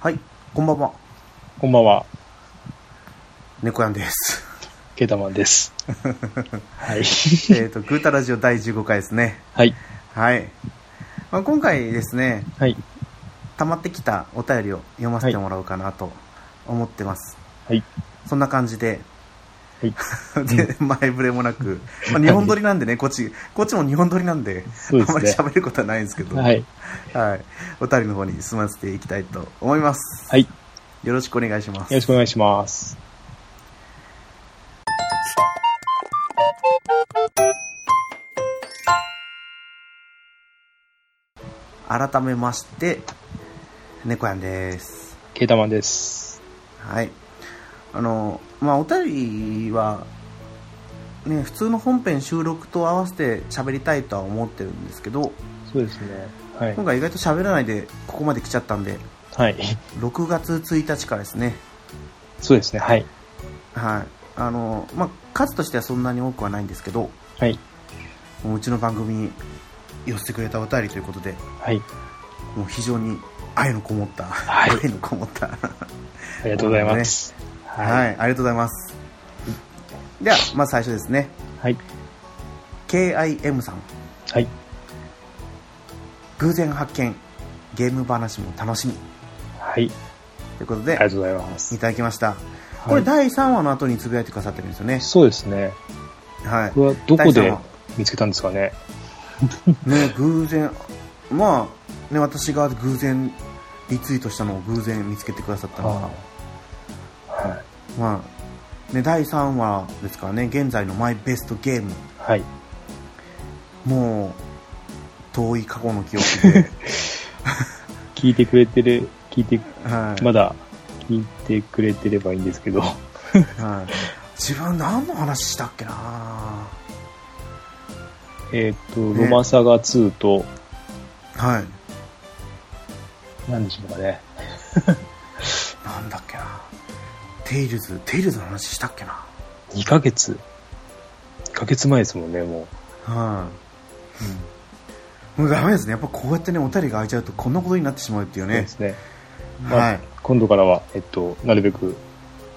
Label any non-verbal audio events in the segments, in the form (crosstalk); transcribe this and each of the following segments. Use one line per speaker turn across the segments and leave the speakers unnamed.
はい、こんばんは。
こんばんは、
猫やん
(laughs)
です。
ケータマンです。 (laughs) は
え
い。
っと、グータラジオ第15回ですね。
(laughs) はい。
はい。まあ、今回ですね、
はい。
溜まってきたお便りを読ませてもらおうかなと思ってます。
はい。
そんな感じで、
はい。
で、前触れもなく、まあ、日本撮りなんでね、こっち、こっちも日本撮りなんで、
そう
あ
で
ますり
ね。
喋ることはないんですけど、
はい。
はい。お便りの方に進ませていきたいと思います。
はい。よ
よろしくお願いします。
ろしくお願いします。
改めまして、猫やんです。
ケータマンです。
はい。あの、まあ、お便りは、ね、普通の本編収録と合わせて喋りたいとは思ってるんですけど、
そうですね。はい
今。回意外と喋らないでここまで来ちゃったんで、
はい。
6月1日からですね。
そうですね。はい。
はい。あの、まあ、数としてはそんなに多くはないんですけど、
はい。
もううちの番組に寄せてくれたお便りということで、
はい。
もう非常に愛のこもった、
はい
愛のこもった、
ありがとうございます。。
はいい、ありがとうございます。では、まず最初ですね。
はい。
KIM さん、
はい。
偶然発見、ゲーム話も楽しみ。
はい。
ということ
あ
で
り、がとうございます。
いただきました。
はい
これ第3話の後につぶやいてくださってるんですよね。
そうですね。
はい。
これはどこ
第
で
3話
見つけたんですかね。
ね、偶然、まあ、ね、私が偶然リツイートしたのを偶然見つけてくださったのが
は、い。
まあ、ね、第3話ですからね、現在のマイベストゲーム、
はい。
もう、遠い過去の記憶
(laughs)
で、
聞いてくれてる、聞いて、
はい。
まだ聞いてくれてればいいんですけど。
はい、自分何の話したっけな
えっと、
ね
ロマサガ2と、
はい
何でしょうかね。
なんだっけなテイルズテイルズの話したっけな
2ヶ月1ヶ月前ですもんねも
はい、もうダメですねやっぱこうやってねお便りが開いちゃうとこんなことになってしまうっていう
うそう
ね
ですね
は
まあ
い
今度からはえっとなるべく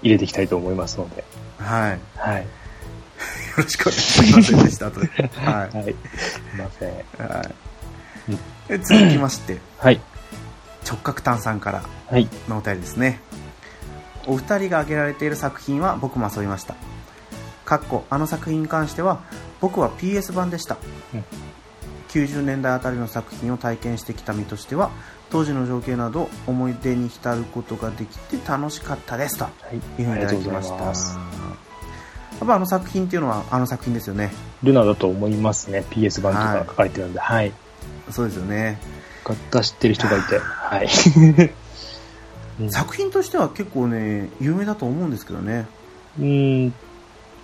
入れていきたいと思いますので
はいよ
はい
ろしくお願いしますでした後で (laughs) は
はいすいません
い、は
うん
い、で続きまして
はい
直角炭酸から
はい
のお便りですねお二人が挙げられている作品は僕も遊びましたかっこあの作品に関しては僕は PS 版でした、
うん
90年代あたりの作品を体験してきた身としては当時の情景など思い出に浸ることができて楽しかったですと
はい
いうふう
あ
にい
りが
た
と
だ
う
き
ござ
ま
い
した
ます
やっぱあの作品っていうのはあの作品ですよね
ルナだと思いますね PS 版と
はい
か書かれてるんではい
そうですよね、
買った知ってる人がいてはいうん (laughs) う
作品としては結構ね有名だと思うんですけどね
ーん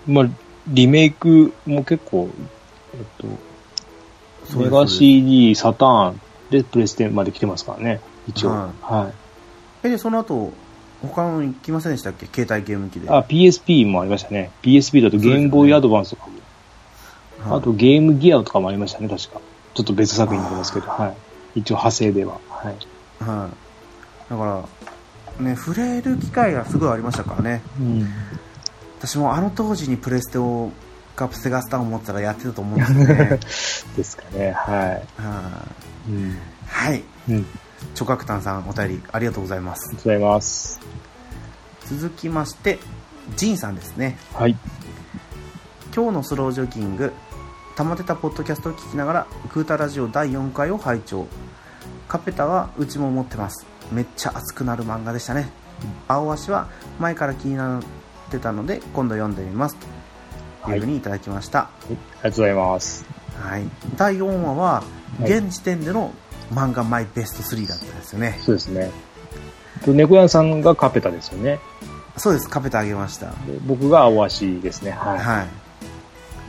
まあリメイクも結構えっと
そうで
メ
す
ガ CD サターンでプレステまで来てますからね一応
は
はい
えでその後他の行きませんでしたっけ携帯ゲーム機で
あ、PSP もありましたね。PSP だとゲームボーイアドバンスとかも、
はい
あとゲームギアとかもありましたね、確か。ちょっと別作品になりますけど、はい。一応派生では。はい。
はい、だから、ね、触れる機会がすごいありましたからね、
うん。
私もあの当時にプレステをかセガスターを持ってたらやってたと思うんですよ
(laughs)
ね。
(laughs) ですかね、は。
はい
うん。
はい、
うん。ありが
チョカクタンさん、お便りありがとうございます
と。うございます。
続きまして、ジンさんですね。
はい。
今日のスロージョギング、たまってたポッドキャストを聞きながら、グータラジオ第4回を拝聴。カペタはうちも持ってます。めっちゃ熱くなる漫画でしたね。青足は前から気になってたので、今度読んでみます。と
はい。あ
いう
り
ふう
が
にいただきました。
とうございます。
はい。第4話は、
はい
現時点での漫画マイベスト3だったんですよね。
そうですね。と猫屋さんがカペタですよね。
そうです、カペタあげました。
で僕が青足ですね。はい。
はい。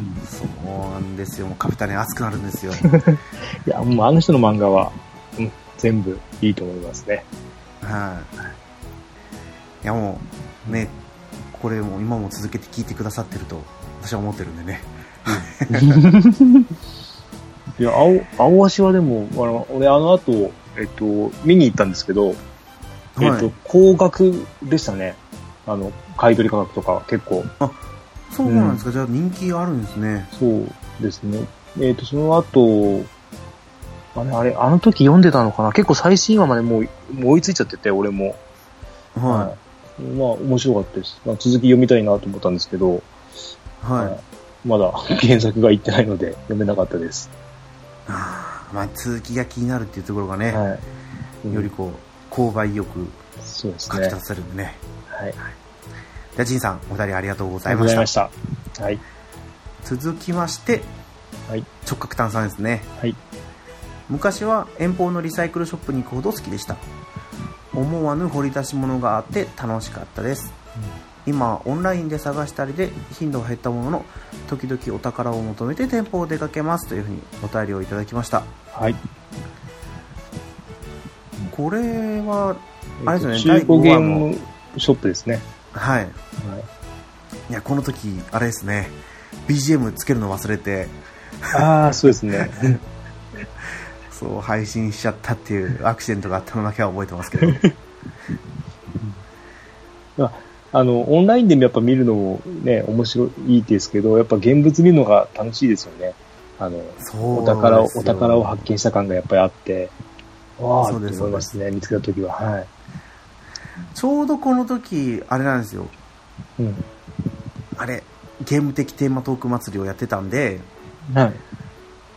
うん
そうなんですよ。もうカペタね、熱くなるんですよ。
いや、もうあの人の漫画は、うん、全部いいと思いますね。
はい。いやもう、ね、これも今も続けて聞いてくださってると、私は思ってるんでね。
いや、青、青足はでも、あの、俺あの後、えっと、見に行ったんですけど、
はい
えっと、高額でしたね。あの、買い取り価格とか結構。
そうなんですか、じゃあ人気があるんですね。
そうですね。えっ、と、その後、あれ、あれ、あの時読んでたのかな結構最新話までもう、もう追いついちゃってて、俺も。
は
はい。まあ、面白かったです。まあ、続き読みたいなと思ったんですけど、
い。はい。
はいま
(laughs)
だ原作がいってないので、読めなかったです。
あーまあ、続きが気になるっていうところがね、
はい。
より、こう、購買意欲
そうです
かき
ね。
立たせるんでね。
はい。
じゃあ、ジンさん、お二人ありがとうござ
あ
い
りがとう
ま
ご
し
ざい
た
ま。した。はい。
続きまして、
はい
直角炭酸ですね、
はい
昔は遠方のリサイクルショップに行くほど好きでした思わぬ掘り出し物があって楽しかったです、今はオンラインで探したりで頻度が減ったものの時々お宝を求めて店舗を出かけますというふうにお便りをいただきました
はい。
これはあれですよね
え
第
っと中古ゲ
五話の
ームショップで
(laughs)
すね。
はい
はい。
いやこの時あれですね BGM つけるの忘れて
ああ、そうですね。
そう配信しちゃったっていうアクシデントがあったのだけは覚えてますけど
あの、オンラインでもやっぱ見るのもね、面白いですけど、やっぱ現物見るのが楽しいですよね。あの、
そう
お宝を
で、すよ
お宝を発見した感がやっぱりあって、わあ
そうで
っ
す
て思いますね、見つけた時は。はい。
ちょうどこの時、あれなんですよ。
うん。
あれ、ゲーム的テーマトーク祭りをやってたんで、
はい。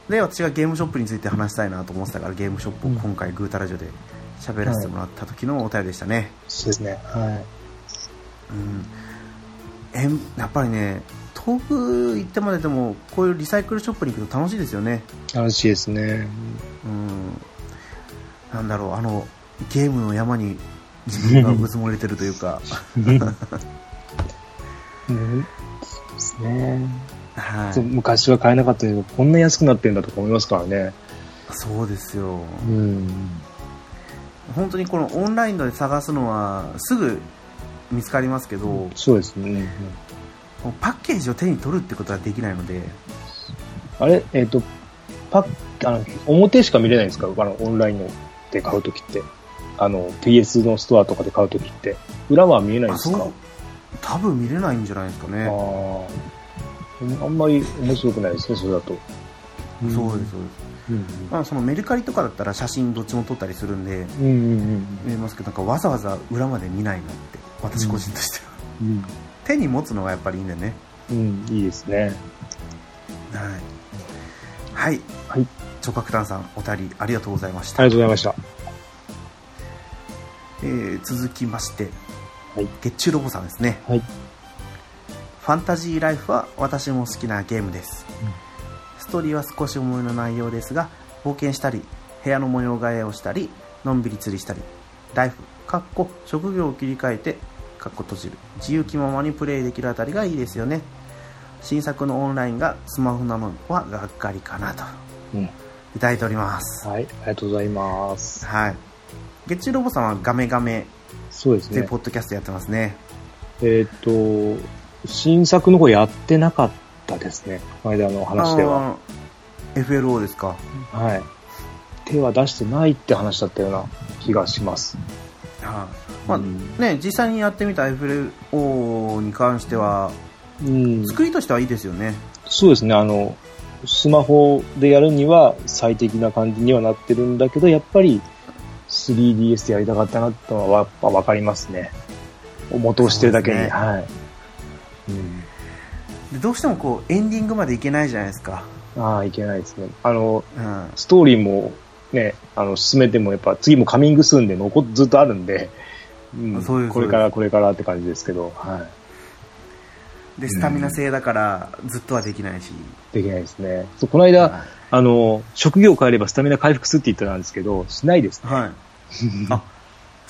で、私がゲームショップについて話したいなと思ってたから、ゲームショップを今回、グータラジオで喋らせてもらった時のお便りでしたね。
そうですね。は
うん。えんやっぱりね、遠く行ってまででも、こういうリサイクルショップに行くと楽しいですよね。
い。楽しいですね。
うん。なんだろう、あの、ゲームの山に自分がうずもれてるという
(laughs)
か、
うん。そうですね。
はい
そう。昔は買えなかったけど、こんな安くなってんだとか思いますからね。
そうですよ。
うん。
本当にこのオンラインで探すのはすぐ見つかりますけど、
そうですね。うん
パッケージを手に取るってことはできないので
あれ、えっ、と、パッ、あの、表しか見れないんですかあの、オンラインで買うときって。あの、PS のストアとかで買うときって。裏は見えないん
あ
です
そ
か
う多分見れないんじゃないですか
あ
ね
ーあんまり面白くないですね、それだと。
そうです。そうです、
うん。
まあ、そのメルカリとかだったら写真どっちも撮ったりするんで
うんうん
見えますけどなんかわざわざ裏まで見ないなって私個人としては、
うん。
手に持つのがやっぱりいいんだよね
うん、いいですね。
はい、はい
はい
直角炭さんお便りありがとうございました、
ありがとうございました。
えー続きまして、
はい
月中ロボさんですね
はい。
ファンタジーライフは私も好きなゲームです、
うん
ストーリーは少し重めの内容ですが冒険したり部屋の模様替えをしたりのんびり釣りしたりライフかっこ職業を切り替えてかっこ閉じる自由気ままにプレイできるあたりがいいですよね新作のオンラインがスマホなのはがっかりかなと
うん。
いただいております
はい、ありがとうございます。
はい月中ロボさんはガメガメ
そうです
で
ね
ポ。ッドキャストやってますね
えっ、と、新作の方やってなかったですね。この間の話では。
あー FLO ですか
はい。手は出してないって話だったような気がします。
はい、まあ
うん
ね実際にやってみた FLO に関しては
うん。
作りとしてはいいですよね
そうですね。あの、スマホでやるには最適な感じにはなってるんだけど、やっぱり 3DS でやりたかったなってのはやっぱわかりますね。元をしてるだけに。
そうですね
はい。うん。
でどうしてもこうエンディングまでいけないじゃないですか、
ああ、いけないですね。あの、
うん、
ストーリーもね、あの、進めてもやっぱ次もカミングスーンで残っずっとあるんで、うん、
そうです
これからこれからって感じですけど、はい。
でスタミナ性だからずっとはできないし、
できないですね。そうこの間、あの、職業変えればスタミナ回復するって言ったんですけど、しないですね。
はいあ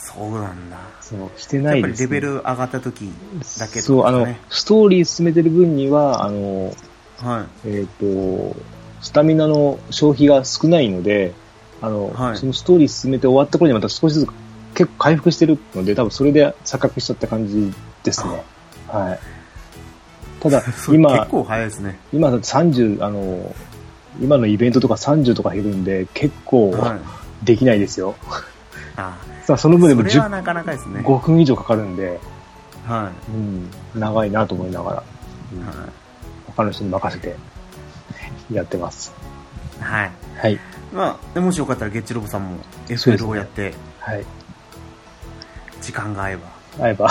そうなんだ
(laughs) そう、して
や
な
っ
い
ぱ
で
り
す、ね。
レベル上がった時だけって
そ
こ
う、あ
と
の
です、
ストーリー進めてる分には、あの、
かねはい
えっ、と、スタミナの消費が少ないので、あの、
はい、
そのストーリー進めて終わった頃にまた少しずつ結構回復してるので、多分それで錯覚しちゃった感じですね。はい。ただ
(laughs) それ
今
結、構早いですね
今だって30、あの、今のイベントとか30とか減るんで、結構
はい
できないですよ。
あ
さあ、その分でも
それは
10
なかなかですね。
5分以上かかるんで、
は
うん、長いなと思いながら、う
い。
ん
は
他の人に任せてやってます。
い。はい。
はい。
まあ、もしよかったらゲッチロボさんも
そうです
FL
ね
をやって、
はい。
時間が合えば
会
(laughs)
えば。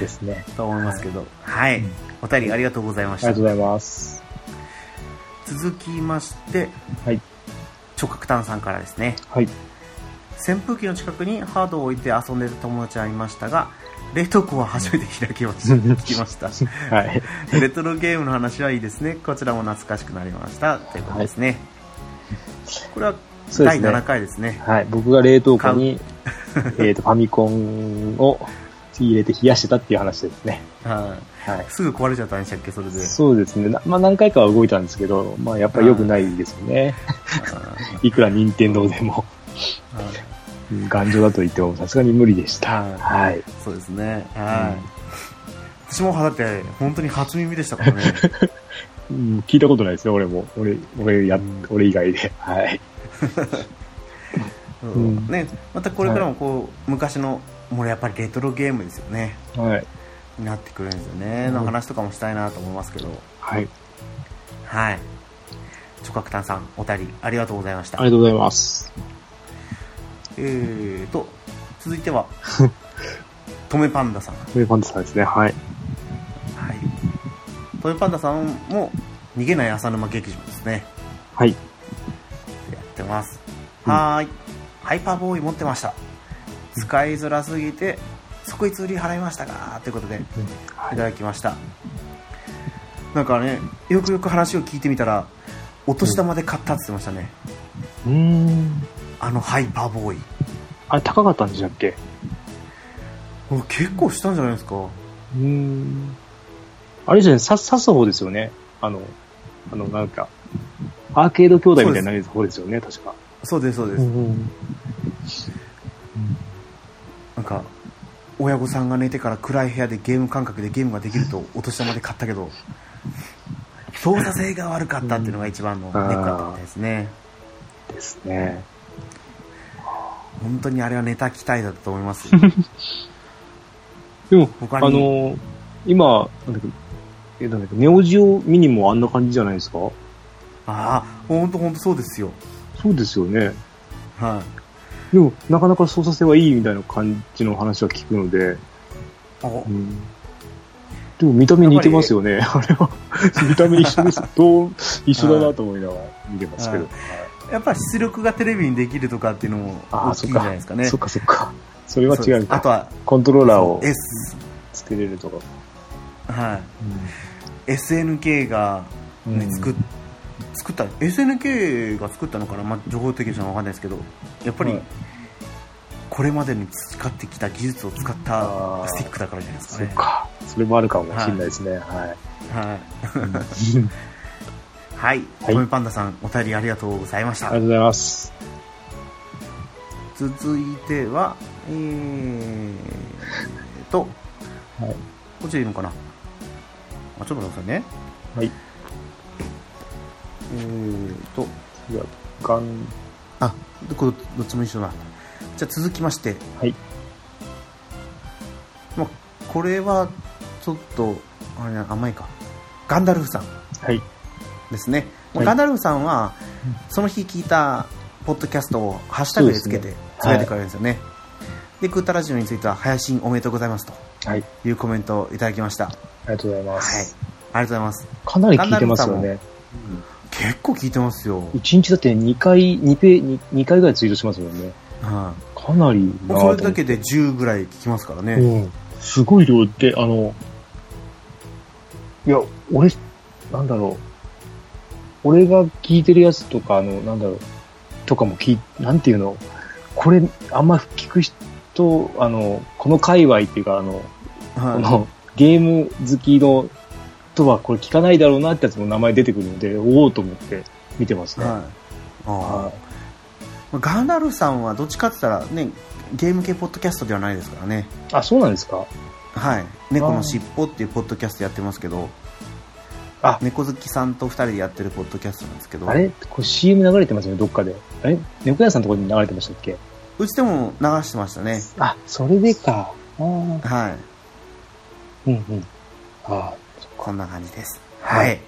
ですね。
と思いますけど、はい。
うん
お便りありがとうございま
あ
し
りが
た
とう。ございます。
続きまして、
はい。
直角炭さんからですね。
はい。
扇風機の近くにハードを置いて遊んでる友達はいましたが、冷凍庫は初めて開きました。聞きました。
はい。
レトロゲームの話はいいですね。こちらも懐かしくなりました。ということですね。これは
そう
第
ですね
7回ですね。
はい。僕が冷凍庫に、 (laughs) えっと、ファミコンを入れて冷やしてたっていう話ですね。
は
はい
い。。すぐ壊れちゃったんでしたっけ、それで。
そうですね。なまあ何回かは動いたんですけど、まあやっぱり良くないですよね。 (laughs) いくら任天堂でも、
あー
うん頑丈だと言ってもさすがに無理でした。はい。
そうですね。はい。私もだって、本当に初耳でしたからね。
うん、聞いたことないですね、俺も。俺、俺や、
うん
俺以外で。はい。
うん
うん
ね、またこれからもこう、昔の、もうやっぱりレトロゲームですよね。
はい。
になってくるんですよね。
うん
の話とかもしたいなと思いますけど。
はい。
はい。直角炭さん、お便りありがとうございまし
あ
た
り。がとうございます。
えーと、続いて
(laughs)
は、トメパンダさん。
これファンタさんですね。はい。
はい。トメパンダさんも、逃げない浅沼劇場ですね。
はい。
やってます。
うん
はーい。ハイパーボーイ持ってました。使いづらすぎて、即日売り払いましたが、ということで、い
は
た
い。
だきました。なんかね、よくよく話を聞いてみたら、お年玉で買ったって言ってましたね。
うーん。
あのハイパーボーイ。
あれ、高かったんでしたっけ
もう結構したんじゃないですか。
うーん。あれじゃない、さ刺す方ですよね。あの、あの、なんか、アーケード兄弟みたいになる方ですよね、確か。
そうです、そうです。
ん。
なんか、親御さんが寝てから暗い部屋でゲーム感覚でゲームができると (laughs) お年玉で買ったけど、操作性が悪かったっていうのが一番のネックだったみたいですね。
ですね。
本当にあれはネタ期待だったと思い
(laughs)
ます。
でも、
他
あ
に
の、今、なんだっけ、え、なんだっけ、ネオジオミニもあんな感じじゃないですか
ああ、本当本当そうですよ。
そうですよね。
は
でも、なかなか操作性はいいみたいな感じの話は聞くので、
い。お
うん、でも見た目似てますよね、あれは。 (laughs) 見た目一緒
(laughs)
です。どう、一緒だなと思いながら見てますけど。
はいやっぱり出力がテレビにできるとかっていうのも
あ
大
あ、
きい
そ
ん
っ
じゃな
か
いですかね。
そっかそっか。それは
そう
違
です
うか。
あとは、
コントローラーを
S、
つけれるとか。
はい。SNK が、ね
うん
作っ作った SNK が作ったのかな、まあ、情報的じゃわかんないですけどやっぱ
は
り
い
これまでに培ってきた技術を使った
あー
スティックだからじゃないですか
そっ
ね
か。それもあるかもしれないですね。はい。
(laughs) はい、
うんあ
はい、
はい
トメパンダさんお便りありがとうございまし
りが
た
とうございます。
続いてはえーと、
はい
こっちでいいのかなあちょっと待ってくださいね
はい。
えーと
じゃあ、ガン、
あどこどっちも一緒だじゃあ続きまして
はい。
まあ、これはちょっとあれな甘いかガンダルフさん
はい。
ですね、まあ
はい
ガンダルフさんは
うん
その日聞いたポッドキャストをハッシュタグでつけ
そう
て
ですね
つぶやいてくれるんですよねでクータラジオについては配信おめでとうございますと
はい。
いうコメントをいただきましたはい
ありがとうございます。
ありがとうございます
かなり聞いてますよ
ガンダ
ね。
結構聞いてますよ、はい
一日だって2回、2ペ、二二回ぐらいツイートしますもんね。かなり
もう
なぁと思
そ
っ
れ
て
だけで10ぐらい聞きますからね、
うん。すごい量って、あの、いや、俺、なんだろう。俺が聞いてるやつとか、あの、なんだろう。とかも聞い、なんていうの。これ、あんま聞く人、あの、この界隈っていうか、あの、こ
は
のゲーム好きのとはこれ聞かないだろうなってやつも名前出てくるので、おおと思って見てます
い、
ね。
はいあ
は
ーまあガンダルフさんはどっちかって言ったら、ね、ゲーム系ポッドキャストではないですからね
いあ、そうなんですか
はい、猫のしっぽっていうポッドキャストやってますけど、
あ、
猫好きさんと2人でやってるポッドキャストなんですけど
あれこれ CM 流れてますよね、どっかで。あれ猫屋さんのところに流れてましたっけ
うちでも流してましたね
あ、それでか。あー
はい
うんうん。あー
こんな感じですは、
はいい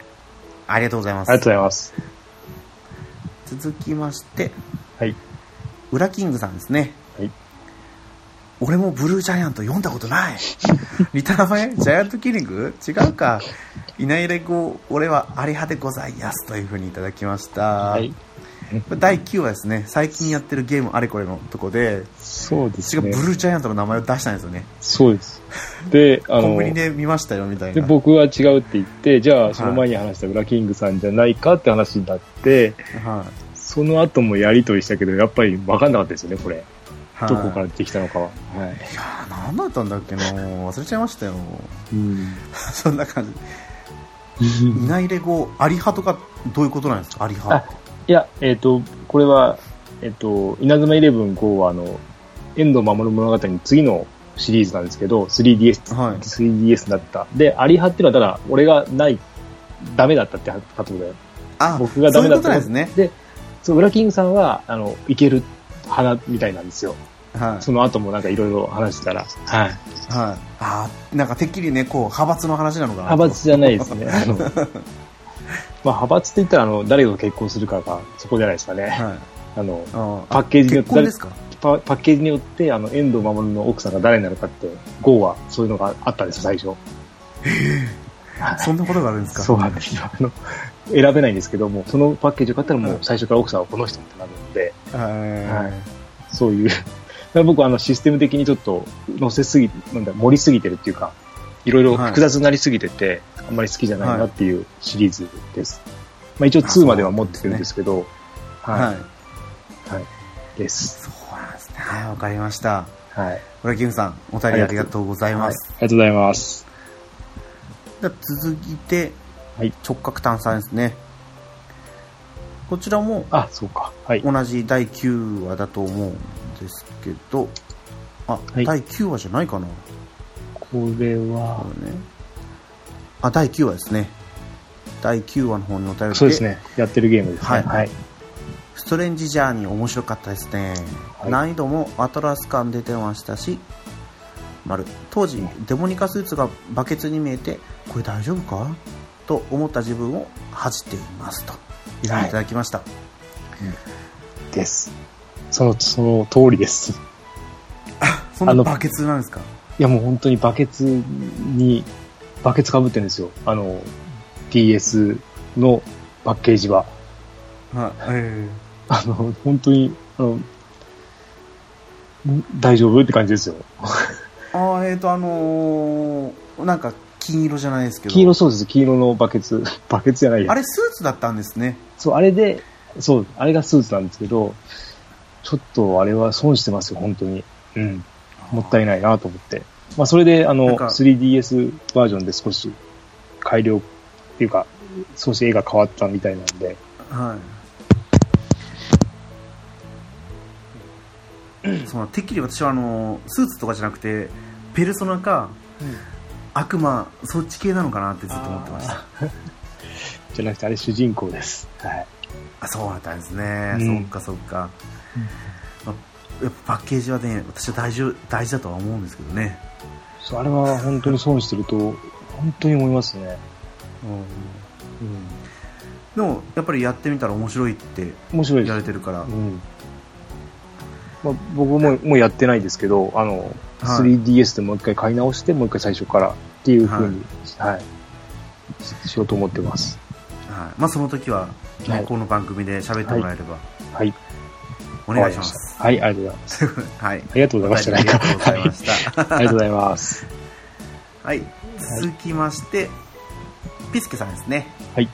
ありがとうございま
あり
す
がとうございます。
続きまして
はい。
ウラキングさんですね
はい
俺もブルージャイアント読んだことない (laughs) リタラ前ジャイアントキリング違うかいないレコ俺はありはでございますというふうにいただきました、
はい。
これ第9話ですね最近やってるゲームあれこれのとこで
そうで
私
す
がブ
ね
ル。ージャイアントの名前を出したんですよね
そうです。で、
コ
あ
ン
の
ビ、ニで見ましたよみたい
で
な
僕は違うって言って、じゃ
は
あ
い
その前に話したウラキングさんじゃないかって話になって、
はい
その後もやりとりしたけど、やっぱり分かんなかったですよね、これ。
はい
どこからできたのかは。はい。
いやー何だったんだっけな忘れちゃいましたよ
うん。
(laughs) そんな感じいないレゴアリ派とかどういうことなんですかアリ派
いや、えっ、と、これは、えっ、と、稲妻イレブン5は、あの、遠藤守物語の次のシリーズなんですけど、3DS、
はい
3DS だった。で、アリ派っていうのは、ただ、俺がない、ダメだったってことで、
あ
僕がダメだった
そういうことな
こと
んですね
で、そう、ウラキングさんは、あの、いける派みたいなんですよ。
はい
その後もなんかいろいろ話してたら。はい。
はいあーなんかてっきりねこう派閥の話なのかな
派閥じゃないです
(laughs)
ね。あのまあ、派閥って言ったら、あの、誰と結婚するかが、そこじゃないですかね。
はい
あの、
あ
パッケージによって
結婚ですか
パパッケージによって、あの、遠藤守の奥さんが誰になるかって、GO はそういうのがあったんですよ、最初。はい
そんなことがあるんですか
そうなんですよ。 (laughs) あの、選べないんですけども、そのパッケージを買ったらもう
うん
最初から奥さんはこの人ってなるので、
は
はそういう。だ (laughs) から僕はあのシステム的にちょっと乗せすぎ、なんだ、盛りすぎてるっていうか、いろいろ複雑になりすぎてて、あんまり好きじゃないなっていうシリーズです。まあ一応2までは持ってるんですけど、
い
は、
はいい
です。
そうなんですねはいわかりました
はい。
村木さんお便りありがとうござい
はいあ
ま
り
す
がとうございます。
では続いて、
はい
直角炭酸ですねこちらも
あ、そうか。はい。
同じ第9話だと思うんですけどあ、
はい
第9話じゃないかな
これは
こ、れねあ第9話ですね第9話の方にお便り
そうですね。やってるゲームですね。
はい
はい。
ストレンジジャーニー面白かったですね、
はい
難易度もアトラス感出てましたし丸当時デモニカスーツがバケツに見えてこれ大丈夫かと思った自分を恥じていますというふうにいただきました、
です。その、その通りです。い
そんな
あの
バケツなんですか
や、もう本当にバケツに、バケツ被ってるんですよ。あの、DS のパッケージは。
はえ
あの、本当に、あの、ん大丈夫って感じですよ。
ー、あーえっ、とあのーなんか金色じゃないですけど
黄色そうです。黄色のバケツ。 (laughs) バケツじゃないや
あ。れスーツだったんですね
そう、あれで、そう、あれがスーツなんですけど、ちょっとあれは損してますよ、本当に。うん。もったいないなと思って。まあ、それで、
な
あ
ん
の、
か
3DS バージョンで少し改良っていうか、少し絵が変わったみたいなんで、
はいそうてっきり私はあのスーツとかじゃなくてペルソナか悪魔そっち系なのかなってずっと思ってましたあ
じゃなくて、あれ主人公です。はい。
そうだったんですね、
うん
そっかそっか、
うん
まあやっぱパッケージはね私は大事大事だとは思うんですけどね、
そう、あれは本当に損してると、本当に思いますね。うん。
でもやっぱりやってみたら面白いって
面白いです
やれてるから、
うんまあ、僕ももうやってないですけど、あの、
はい
3DS でもう一回買い直して、もう一回最初からっていうふうに、はい、ししようと思ってます。
はいまあ、その時は、ね
はい
この番組で喋ってもらえれば、
はい。
お願いします
わかりましたはい、ありがとうございます。
はい
ありがとうござ
ありがとうござい
いました。はい
ました
ありがとうございます。
はい、続きまして、ピスケさんですね
はい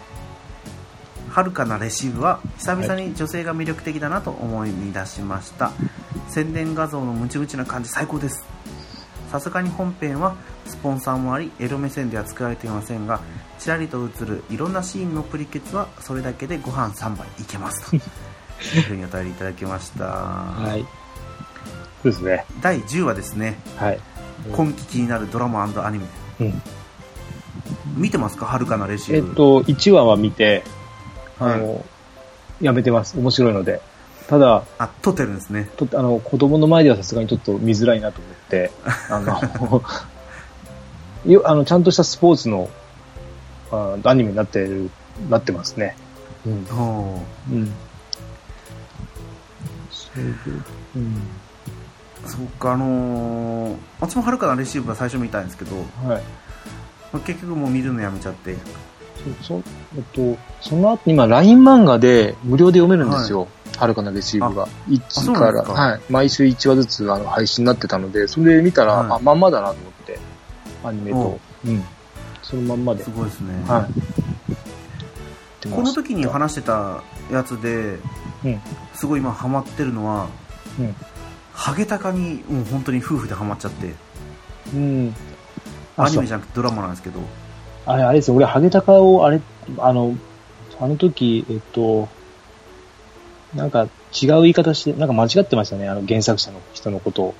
遥かなレシーブは久々に女性が魅力的だなと思い出しました、宣伝画像のムチムチな感じ最高ですさすがに本編はスポンサーもありエロ目線では作られていませんがちらりと映るいろんなシーンのプリケツはそれだけでご飯3杯いけますというふうにお便りいただきました、
はい。そうですね。
第10話ですね
はい。
今季気になるドラマアニメ
うん。
見てますかはるかなレシ
え
ー
っ
ブ。
と、1話は見て、
は
あ
い。
の、やめてます。面白いので。ただ、
あ、撮ってるんですね。
とあの、子供の前ではさすがにちょっと見づらいなと思って、あの、 (laughs) よあのちゃんとしたスポーツのあアニメになってる、なってますね。うん。
おー
うん。そううん。
そっか、あのー、私もはるかなレシーブは最初見たんですけど、
はい。
まあ結局もう見るのやめちゃって。
そ、そ、えっと、その後、今、LINE 漫画で無料で読めるんですよ。はるかなレシーブが。
そ
1
うな
か
んで
ら、
すか
はい。毎週1話ずつあの配信になってたので、それで見たら、
はい
あ、まんまだなと思って、アニメ
お。
と。うん。そのまんまです
ごいですね。
はい。出ま
この
した
時に話してたやつで、
うん
すごい今ハマってるのは、
うん
ハゲタカにもう本当に夫婦でハマっちゃって
うん。
ア
あ、
ニ
そ
メ
う。
じゃなくてドラマなんですけど
あれ、あれですよ。俺、ハゲタカを、あれ、あの、あの時、えっと、なんか違う言い方して、なんか間違ってましたね。あの原作者の人のことを。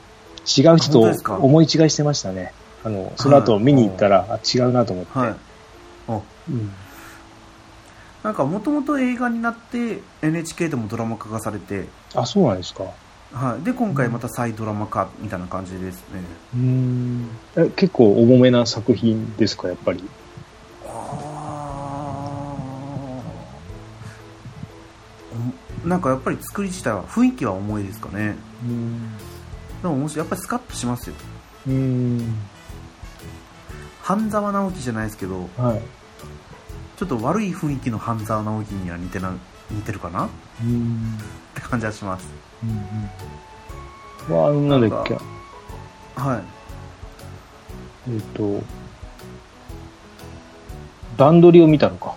違う人
本当
と
ですか
思い違いしてましたね。あの、その後
はい
見に行ったら、あ違うなと思って。
はい
うん
なんかもともと映画になって NHK でもドラマ化がされて、
あ、そうなんですか。
はい、で今回また再ドラマ化みたいな感じですね
うん。え結構重めな作品ですか、やっぱり。
あーなんかやっぱり作り自体は雰囲気は重いですかね
うん。
でも面白いやっぱりスカッとしますよ
うん。
半沢直樹じゃないですけど
はい。
ちょっと悪い雰囲気の半沢直樹には似てな似てるかなっ
うん。
て感じはします
うん。は、あの、なんだっけ
なん。はい
えっと、段取りを見たのか。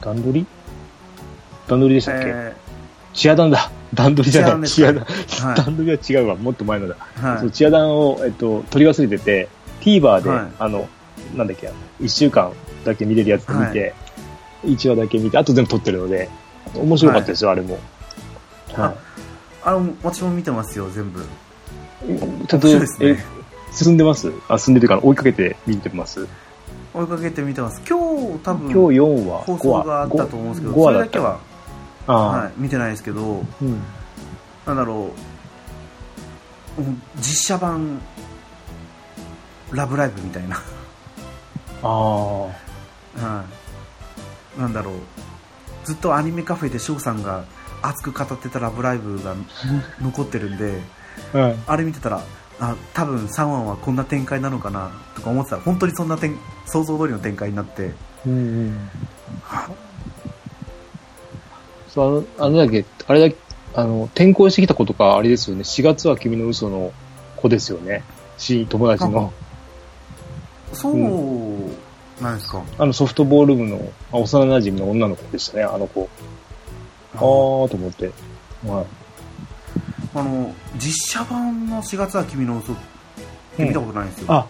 段取り段取りでしたっけ、
え
チアダンだ。 (laughs) 段取りじゃない。
チ
チ
ア
ア
ダ
ダ
ン
ン。
はい
段取りは違うわ。もっと前のだ。
ーはい
そうチアダンを、えっと、取り忘れてて、TVer で、
はい
あの、なんだっけ、1週間だけ見れるやつで見て、一1話だけ見て、あと全部撮ってるので、面白かったですよ、あれも。は
あの私も見てますよ全部
い。ちゃんと、
そうですね
え進んでますあ、進んでるから追いかけて見てます。
追いかけて見てます今日多分
今日4話、
放
5
送
話。
があったと思うんですけど
5
そ
話
れ
だ
だ
っ
け
た。
は、
ああ
はい、見てないですけど
うん。
なんだろうもう実写版「ラブライブ!」みたいな、 (laughs)
あ
はい、なんだろうずっとアニメカフェで翔さんが熱く語ってた「ラブライブ!」が (laughs) 残ってるんで
あ。はい。
あれ見てたらあ多分3話はこんな展開なのかなとか思ってたら本当にそんな展想像通りの展開になって
うんうん。そう、あの、あれだっけ、あれだっけ、あの、転校してきた子とか、あれですよね。4月は君の嘘の子ですよね。し、友達の。
そうなんですか、
あの、ソフトボール部の、あ幼馴染の女の子でしたね、あの子。あーと思って。は
あの実写版の4月は君の嘘って見たことないんですよ、
あ、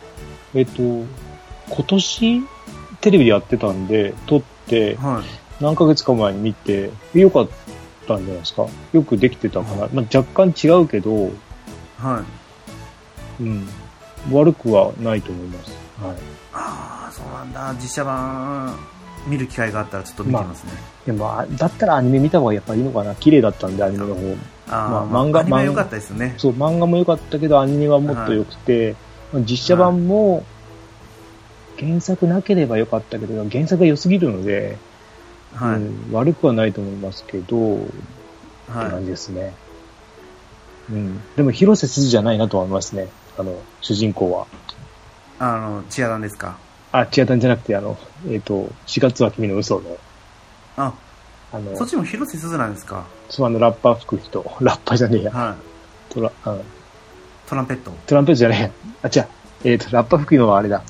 い。えっと、今年、テレビでやってたんで、撮って、
はい、
何ヶ月か前に見て、良かったんじゃないですか。よくできてたかな。まあ、若干違うけど、
はい、
うん。悪くはないと思います。はい。
ああそうなんだ実写版見る機会があったらちょっと見てますね、
でも、あだったらアニメ見た方がやっぱいいのかな。綺麗だったんで、アニメの方。
あー、
まあ
まあ
漫画
アニメは
漫画
良かったですよね
そう、漫画も良かったけど、アニメはもっと良くて、まあ実写版も、原作なければ良かったけど、原作が良すぎるので、
はい、
うん悪くはないと思いますけど、って
は
感
い
じですね。うん。でも、広瀬すずじゃないなとは思いますね。あの、主人公は。
あのチアダンですか
あ、違ったんじゃなくて、あの、えっ、と、4月は君の嘘の、
あ
あの
そっ、ちも広瀬すずなんですか
そうあのラッパー吹く人、 (laughs) ラッパーじゃねえや、
はい
トラ、あの
トランペット
トランペットじゃねえや、あ、違う、えっ、と、ラッパー吹くのはあれだ。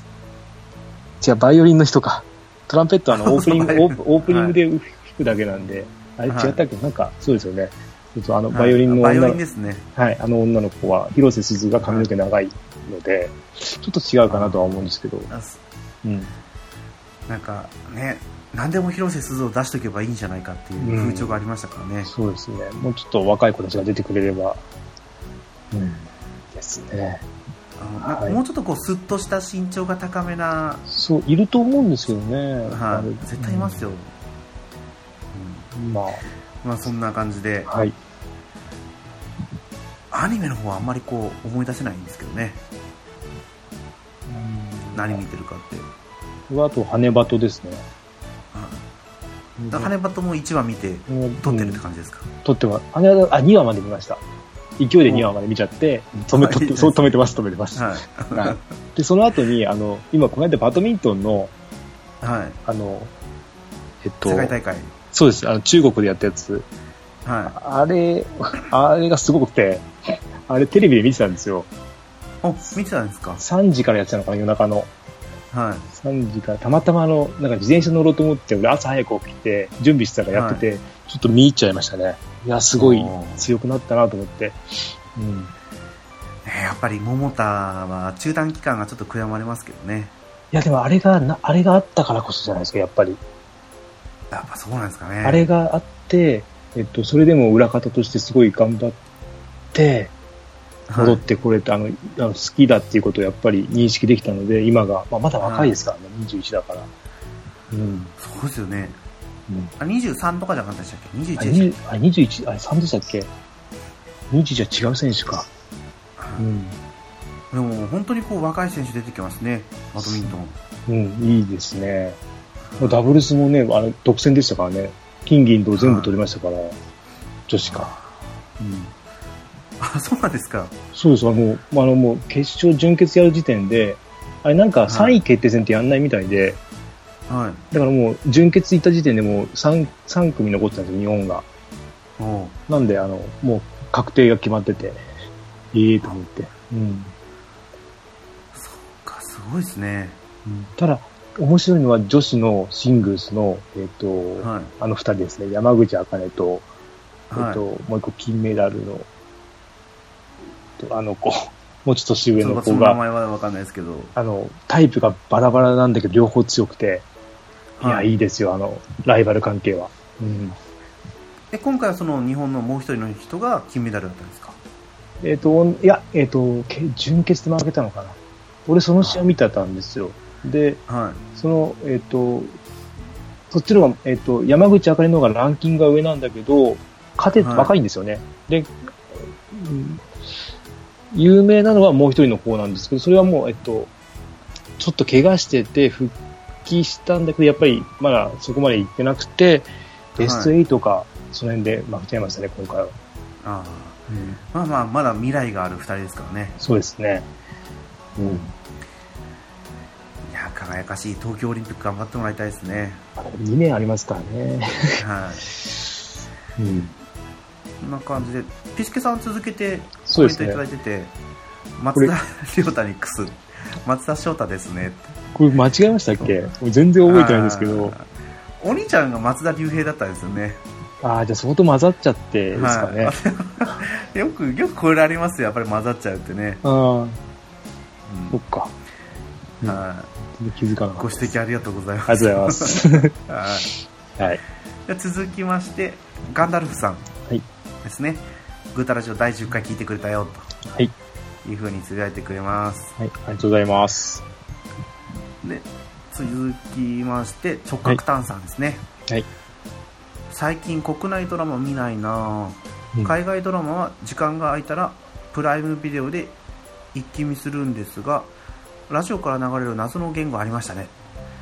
違う、バイオリンの人か。トランペットはあ
(laughs)
の、オープニング、オープオープニングで吹くだけなんで、あ
はい
れ違ったっけ、なんか、そうですよね。そうそうあの、
はい
バイオリンの
バイオ
女の、
リンですね
はい、あの女の子は、広瀬すずが髪の毛長いので、ちょっと違うかなとは思うんですけど、
あす
うん。
なんかね何でも広瀬すずを出しとけばいいんじゃないかっていう風潮がありましたからね、
そうですね。もうちょっと若い子たちが出てくれれば、うん。ですね。
あのなんか
はい
もうちょっとこうスッとした身長が高めな、
そう、いると思うんですけどね。あ
は
れ
い、絶対いますよ、うん
うんま
まあそんな感じで
あ、はい。
アニメの方はあんまりこう思い出せないんですけどね何見てるかって
これはあと、羽バトですね。
だから羽バトも1話見て
うん
撮ってるって感じですか、
撮ってます。羽バト、あ、2話まで見ました。勢いで2話まで見ちゃって、止め、
はい
撮ってそう止めてます、止めてます。
はい
はいで、その後に、あの、今、この間バドミントンの、
はい
あの、えっと
世、界大会
そうです。あの、中国でやったやつ。
は
あれ、あれがすごくて、あれテレビで見てたんですよ。
いお見てたんですか
3時からやってたのかな、夜中の。
はい
3時から、たまたまあの、なんか自転車乗ろうと思って、俺朝早く起きて、準備してたからやってて、ちょっと見入っちゃいましたね。いや、すごい
おー
強くなったなと思って。うん。
えーやっぱり桃田は中断期間がちょっと悔やまれますけどね
いや、でもあれがな、あれがあったからこそじゃないですか、やっぱり。
やっぱそうなんですかね
あれがあって、えっと、それでも裏方としてすごい頑張って、
はい
戻ってこれて、あの、あの好きだっていうことをやっぱり認識できたので、今が、まあ、まだ若いですからね、21だから。うん。
そうですよね
うん、
あ23とかじゃなかったでしたっけ21
あ
でし
れ、あれ21、あれ3でしたっけ ?21 じゃ違う選手か。
たっけ、
うん。
でも本当にこう若い選手出てきますねバドミントン
うん、いいですね。もうダブルスもね、あれ、独占でしたからね。金銀銅全部取りましたから、女子か。うん。
あそうなんですか
そうです、あの、あのもう決勝、準決やる時点で、あれなんか3
は
位決定戦ってやんないみたいで、
はい
だからもう準決行った時点でもう 3, 3組残ってたんですよ、日本が。
おう
なんで、あの、もう確定が決まってて、ええと思って。うん。
そっかすごいですね
ただ、面白いのは女子のシングルスの、えっ、と、
はい
あの二人ですね、山口茜と、えっ、
はい、
と、もう一個金メダルの、えっとあの子、もうちょっと年上
そ
の
うかそ
子
の名
が、
前は分かんないですけど、
あの、タイプがバラバラなんだけど、両方強くて、いや、
はい
いいですよ、あの、ライバル関係は。うん。
で今回はその日本のもう一人の人が金メダルだったんですか
えっ、と、いや、えっ、と、け準決で負けたのかな。俺、その試合見てたんですよ。で、
はい
その、えっ、と、そっちの方が、えっ、と、山口あかりの方がランキングが上なんだけど、勝て、
はい
若いんですよね。で、うん有名なのはもう一人の方なんですけど、それはもう、えっ、と、ちょっと怪我してて、復帰したんだけど、やっぱりまだそこまで行ってなくて、ベスト
は
8か、その辺で負けちゃいましたね、今回は。
ああまあまあまだ未来がある二人ですからね
そうですね。うん。
いや輝かしい東京オリンピック頑張ってもらいたいですね
2年ありますからね。
はい
うん。
こんな感じでピスケさん続けて
そうです
コメント
ね
い。ただいてて松田亮太にクス松田翔太ですねって
これ間違えましたっけ俺全然覚えてないんですけど。
あーお兄ちゃんが松田龍平だったんですよね
ああー、じゃあ相当混ざっちゃってですかね。
はい、 (laughs) よくよくこれありますよやっぱり混ざっちゃうってね、
ああ、
う
そっか。
ん
うん
は
全然気づかないか
ご
っ
指
た。
摘ありがとうございます
ありがとうございます。は (laughs)
はい
い。
じゃあ続きましてガンダルフさん
い
ですね、グータラジオ第10回聞いてくれたよ
はい。
というふうにつぶやいてくれます
はい。ありがとうございます。
で続きまして直角炭酸ですね、
はい。
最近国内ドラマ見ないなぁ、
うん
海外ドラマは時間が空いたらプライムビデオで一気見するんですがラジオから流れる謎の言語ありましたね、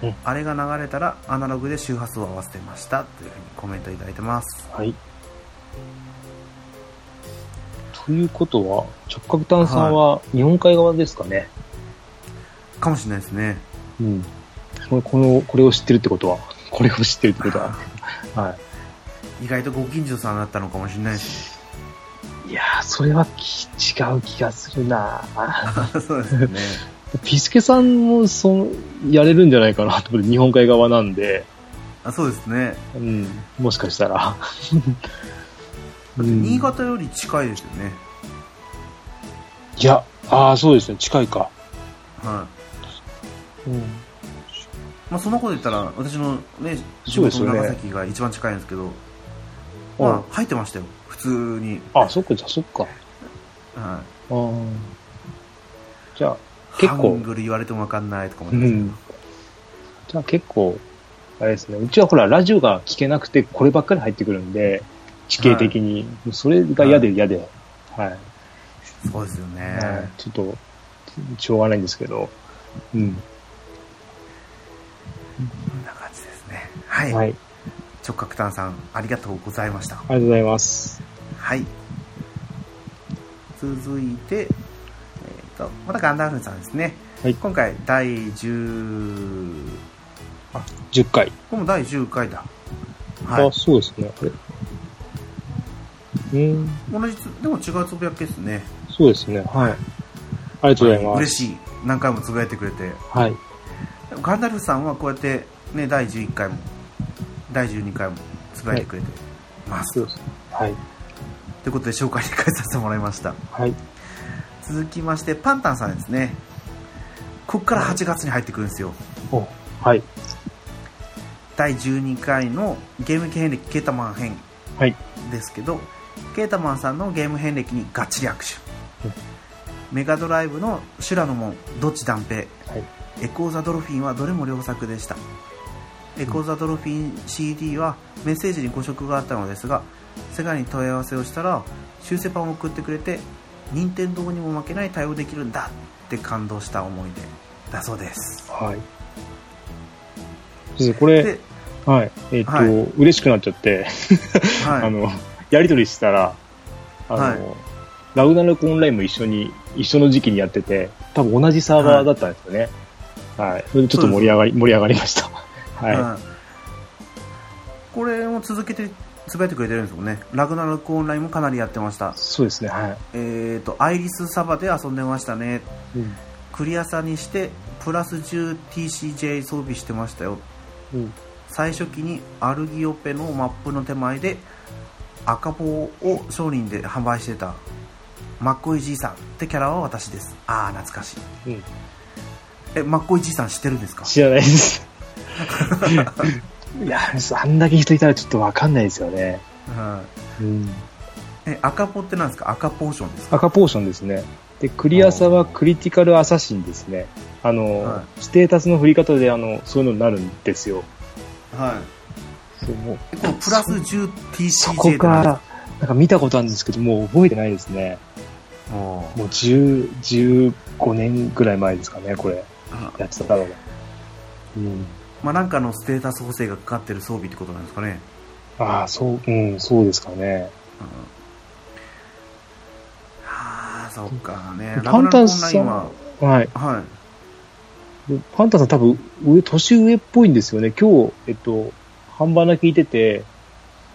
うん
あれが流れたらアナログで周波数を合わせてましたというふうにコメントいただいてます
はい。ということは、直角炭酸は日本海側ですかね。
かもしれないですね
うん。この、この、これを知ってるってことは、これを知ってるってこと (laughs) は。はい。
意外とご近所さんだったのかもしれない
(laughs)
し
いやー、それはき違う気がするな
そうですよね
(laughs) ピスケさんも、その、やれるんじゃないかなと思って、日本海側なんで、
あそうですね
うん、もしかしたら。うん
新潟より近いですよね、
いや、ああ、そうですね、近いか。
はい
うん。
まあ、そんなこと言ったら私のね地
そうです
元の
よ
長
ね
崎が一番近いんですけどまあ入ってましたよ普通に
あ、そっか、じゃあそっか。
は
ああ。じゃあ、結構
ハングル言われてもわかんないとか思
う
って
ん。じゃあ結構、あれですね。うちはほら、ラジオが聞けなくて、こればっかり入ってくるんで、地形的に。もうそれが嫌で嫌で。はい。
そうですよね、
はいちょっと、しょうがないんですけど。うん。
こんな感じですねはい、
はい。あり
直角炭さんありがとうございました
がとうございます。
はい続いて、えー、とまたガンダーフンさんですね、
はい
今回第10
10回。
これも第10回だは
あ、
い
そうですね。あれうん。
同じつでも違うつぶやきですね
そうですね。はい。ありがとうございます。
嬉しい何回もつぶやいてくれて
はい。
ガンダルフさんはこうやって、ね、第11回も第12回もつぶやいてくれてます、
そうですね。はい。
ということで紹介に返させてもらいました
はい。
続きましてパンタンさんですねこっから8月に入ってくるんですよ
おはい。
第12回のゲーム系遍歴ケータマン編
はい。
ですけどケータマンさんのゲーム遍歴にがっちり握手、
うん
メガドライブの「修羅の門」「どっち断平」
はい。
エコー・ザ・ドルフィンはどれも良作でしたエコー・ザ・ドルフィン CD はメッセージに誤植があったのですがセガに問い合わせをしたら修正版を送ってくれて任天堂にも負けない対応できるんだって感動した思い出だそうです
はい。先生、これ、
で、
はい。えっ、と、
はい
嬉しくなっちゃって、
はい、
あの、やりとりしたら、あの、
はい
ラウナルクオンラインも一緒に、一緒の時期にやってて、多分同じサーバーだったんですよね。はい。それでちょっと盛り上がり、盛り上がりま (laughs) した。はい。
うんこれを続けてつぶやいてくれてるんですもんねラグナロクオンラインもかなりやってました
そうですね、は
えっ、とアイリスサバで遊んでましたね
い。うん。
クリアさにしてプラス 10TCJ 装備してましたよ
うん。
最初期にアルギオペのマップの手前で赤棒を商人で販売してたマッコイじいさんってキャラは私ですああ懐かしい
うん。
えマッコイじいさん知ってるんですか
知らない (laughs) です。いや、あんだけ人いたらちょっとわかんないですよね。
うん
うん。
え赤棒って何ですか赤ポーションですか
赤ポーションですね。で、クリアさはクリティカルアサシンですね。あの、
は
ステータスの振り方で、あの、そういうのになるんですよ。
はい
そうもう
えこのプラス
そこ
10TCJ
が、なんか見たことあるんですけど、もう覚えてないですね。
もう
もう10、15年ぐらい前ですかね、これ。
あ
やってたのが。うん。
まあなんかのステータス補正がかかってる装備ってことなんですかね、
ああ、そう、うん、そうですかね。
うん、ああそっかね
パンタンさん
ラグナロクオンラインは
はい。
はい
でパンタさん多分、上、年上っぽいんですよね。今日、えっと、半ばな聞いてて、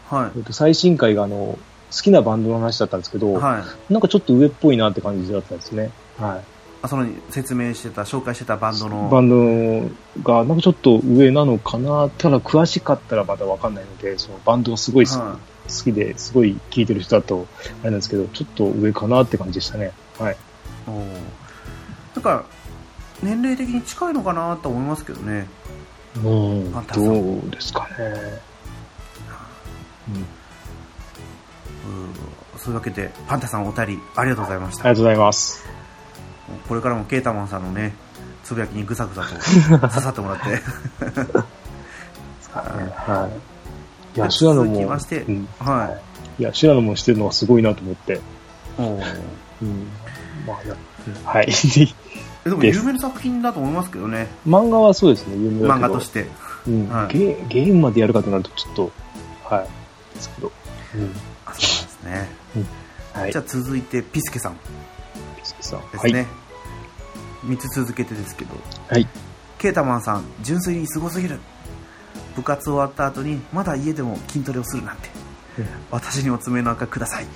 は
えっと、最新回があの、好きなバンドの話だったんですけど、
いはい
なんかちょっと上っぽいなって感じだったんですね。は
あその説明してた紹介してたバンド
い。
の
バンドが、なんかちょっと上なのかな。ただ詳しかったらまだわかんないので、そのバンドがすごい好き,、
は
好きで、すごい聴いてる人だと、あれなんですけど、ちょっと上かなって感じでしたね。はい。
い、おーだから年齢的に近いのかなと思いますけどね
うん
パンタさん
どうですかね。うん
うんそういうわけでパンタさんお便りありがとうございまし
あり
た
がとうございます。
これからもケータマンさんのねつぶやきにぐさぐ
(laughs)
さと刺さってもらって
はい。いや、シュラノ
続
も、
きまして、
うん、
はい
や、シュラノもしてるのはすごいなと思って。
いおー
うん。まあ、やはい。 (laughs) で
えでも
です
有名な作品だと思いますけどね
漫画はそうですね、有名だ
漫
けど
画として
うん
はい
ゲーゲームまでやるかとなると、ちょっと、はい。ですけど。うん。
あそうなんですね
はい。
じゃあ続いてピスケさん
ピスケさん。
ですね、3つ続けてですけど
はい。
ケータマンさん純粋にすごすぎる部活終わった後にまだ家でも筋トレをするなんて
うん
私にも爪の赤ください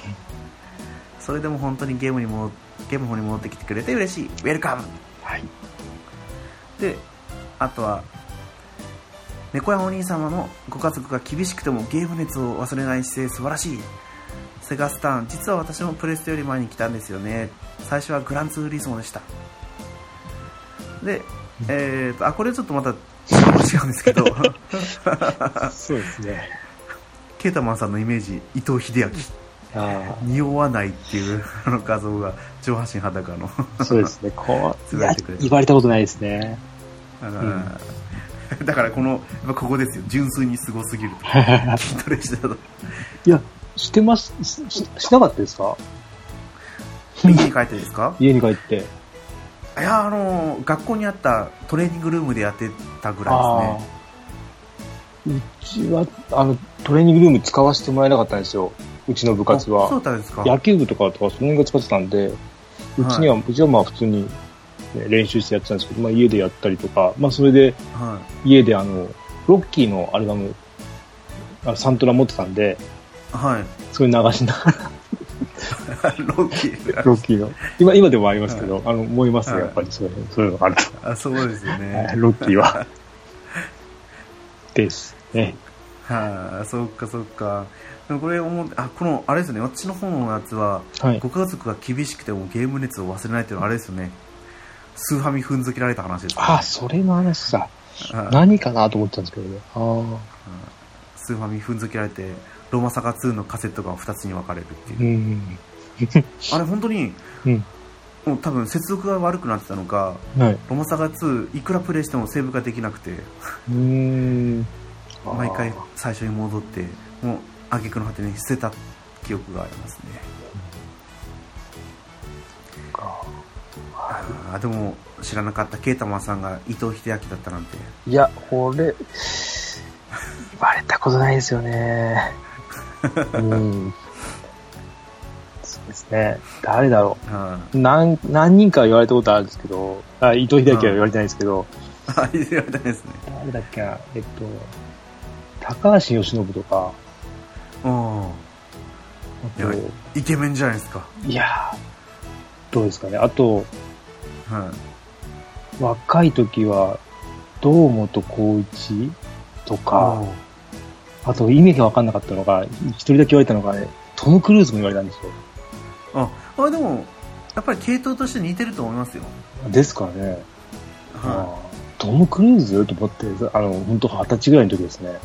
それでも本当にゲームに戻ゲームの方に戻ってきてくれて嬉しいウェルカム
はい。
であとは猫やお兄様のご家族が厳しくてもゲーム熱を忘れない姿勢素晴らしいセガスターン実は私もプレステより前に来たんですよね最初はグランツーリスモでしたでえー、とあこれちょっとまた違うんですけど
そうですね。
ケータマンさんのイメージ伊藤英明
あ
匂わないっていうあの画像が上半身裸の
あ、そうで
(laughs)
すね。こう、い
滑
や
ってくれる
言われたことないですね。 (laughs)
あのだからこのやっぱここですよ純粋にすごすぎると筋トレしてたと
いや、してます、し、ししなかったですか
家に帰ってですか
家に帰って。
いやあの学校にあったトレーニングルームでやってたぐらいですね
あーうちは、あの、トレーニングルーム使わせてもらえなかったんですよ。うちの部活
あそ
は
う。だったんですか
野球部とかとか、その辺が使ってたんで、うちには、うちはまあ普通に、ね練習してやってたんですけど、まあ家でやったりとか、まあそれで
は
家であの、ロッキーのアルバム、あのサントラ持ってたんで、
い、はい、 (laughs)
それ流しながら、
ロッキー
(laughs) ロッキーの。今、今でもありますけど、あの、思いますね、やっぱりそういう、そういうのがあると。
あそうですよね
ロッキーは。 (laughs) ですね。
はい、そっかそっかでもこれ思うあこのあれですね私の方のやつは
はい。
ご家族が厳しくてもゲーム熱を忘れないっていうのはあれですよねスーファミ踏んづけられた話ですね
ああ、それの話だ。
はい
何かなと思ってたんですけどね。ああ。
スーファミ踏んづけられてロマサガ2のカセットが2つに分かれるっていうう、
ん。
あれ本当に
うん。
もう多分接続が悪くなってたのか
はい。
ロマサガ2いくらプレイしてもセーブができなくて
うん。
毎回
あー
最初に戻ってもう挙句の果てに捨てた記憶がありますね
か
あーでも知らなかったケイタマンさんが伊藤英明だったなんて
いや、これ、言われたことないですよね。うん。そうですね。誰だろ
あ
う。何、何人かは言われたことあるんですけど、あ、伊藤秀明は言われてないですけど、
あ言われたいですね
誰だっけな、えっと、高橋由伸とか、
うん
あ
いや
と、
イケメンじゃないですか
いやーどうですかね。あと、
はい
若い時は、堂本光一とか、
ー
あと意味が分かんなかったのが、一人だけ言われたのが、ね、トム・クルーズも言われたんですよ。
ああでもやっぱり系統として似てると思いますよ
ですからね、
は
あートム・クルーズと思って、あの、本当二十歳ぐらいの時で
(laughs)
すね。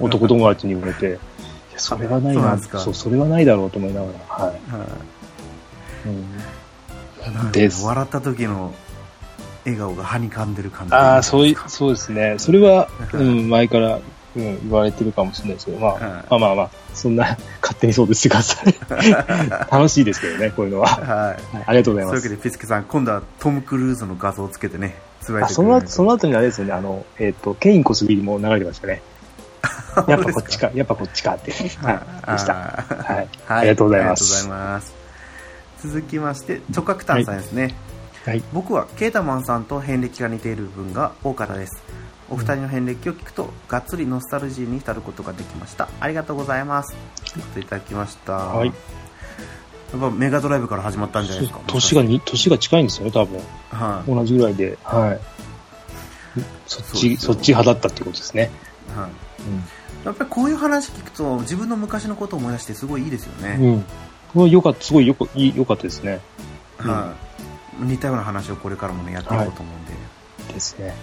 男友達に言われて、いや、それはない
そうなん
な、
ですか、
そう、それはないだろうと思いながら、はい。
はい
うん
い、
です
笑った時の笑顔がはにかんでる感じ
ああ、そうい
は、
そうですね。それは、
は
う
い
ん、前から、うん、言われてるかもしれないですけど、まあ、
は
まあまあまあ、そんな、勝手に想像してください。
(laughs)
楽しいですけどね、こういうのは。はい
はい
ありがとうご
そうい
ざいうま
わけ
す。
でピスケさん今度はトム・クルーズの画像をつけてねつぶやい
あ
て
そ
くれ
の
る
後、
(laughs)
その後にあれですよね、あの、えっ、と、ケインコスビリも流れてましたね。やっぱこっちか、やっぱこっちかって。はい。でした。
あー
はい。
はい
ありがとうございます
ありがとうございます続きまして直角炭さんですね、
はい。
僕はケータマンさんと遍歴が似ている部分が多かったですお二人の遍歴を聞くとがっつりノスタルジーに浸ることができましたありがとうございますということでいただきました、
はい
やっぱメガドライブから始まったんじゃないですか
年がに、年が近いんですよね、多分。
はい、
同じぐらいで。はい。そっ
そうで
ち、
す
そ
よ
っち派だったってことですね。
はい、やっぱりこういう話聞くと自分の昔のことを思い出してすごいいいですよ
う
ね、
ん。うん。これはよかった、すごいよく、いい良かったですね。うん
はい、似たような話をこれからもねやっていこうと思うんで、よ
ですね。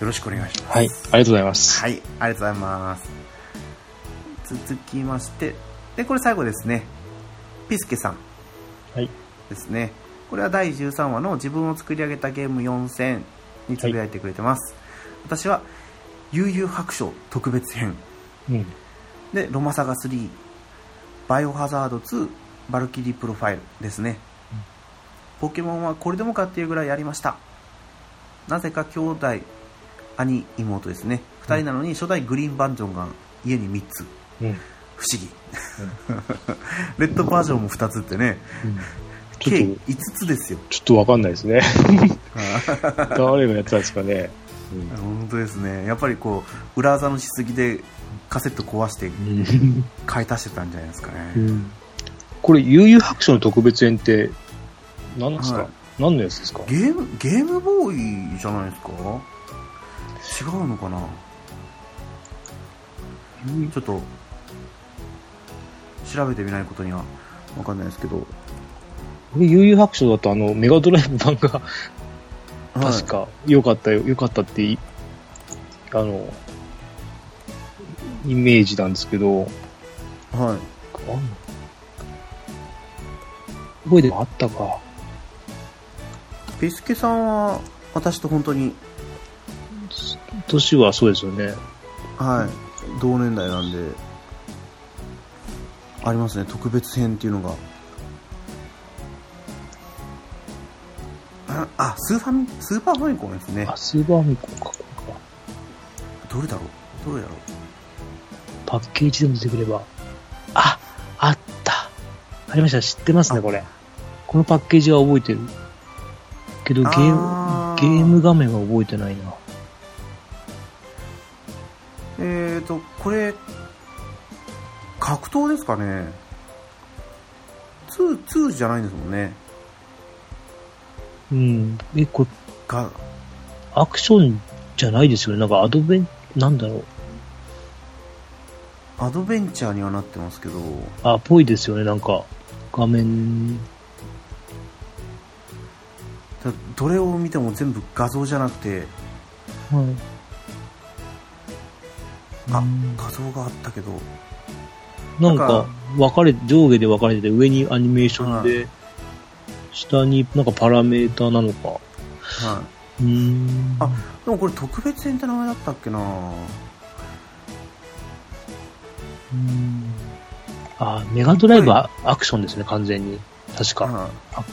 ろしくお願いします
はい。ありがとうございます。
はい、ありがとうございます。続きまして、で、これ最後ですね。ピスケさん。
はい
ですね。これは第13話の自分を作り上げたゲーム4選につぶやいてくれてます。私は、悠々白書特別編。
うん。
で、ロマサガ3、バイオハザード2、バルキリープロファイルですね。ポケモンはこれでもかっていうぐらいやりました。なぜか兄弟、兄、妹ですね。二人なのに初代グリーンバンジョンが家に3つ。
うん。
不 (laughs) 思議。レッドバージョンも2つってね、
ち
計
ょっと、
5つですよ。
ちょっとわかんないですね。 (laughs) 誰がやってたんですかね。うん
本当ですね。やっぱりこう、裏技のしすぎでカセット壊して買い足してたんじゃないですか
う
ね。
んこれ、悠々白書の特別演って、何なんですか、
はい
何のやつですか
ゲーム、ゲームボーイじゃないですか違うのかなちょっと調べてみないことには分かんないですけど、
これ、悠々白書だと、あの、メガドライブ
(laughs)
版が、
はい
確か、良かったよ、良かったってい、あの、イメージなんですけど、
はい。
あんの覚えてもあったか。
ピスケさんは、私と本当に、
年はそうですよね。
はい、同年代なんで、ありますね、特別編っていうのが。あ、あスーファミ、スーパーファミコンですね
あ、。スーパーミコンか、これか。
どれだろうどれだろう
パッケージでも出てくれば。あ、あった。ありました。知ってますね、これ。このパッケージは覚えてる。けど、ゲー
あ
ム、
ー
ゲーム画面は覚えてないな。
えーと、これ、格闘ですかね。2、2じゃないんですもんね。
うん。え、これ、
が、
アクションじゃないですよね。なんかアドベン、なんだろう。
アドベンチャーにはなってますけど、
あ、ぽいですよね。なんか、画面、
だどれを見ても全部画像じゃなくて、
はい。
あ
うん、
画像があったけど、
なん
なん
か
か、
分かれ、上下で分かれてて、上にアニメーションで、下になんかパラメーターなのか。
は
うーん。
あい。でもこれ特別編って名前だったっけな
うーんあ、メガドライブはアクションですね、完全に。確か。
はい
あ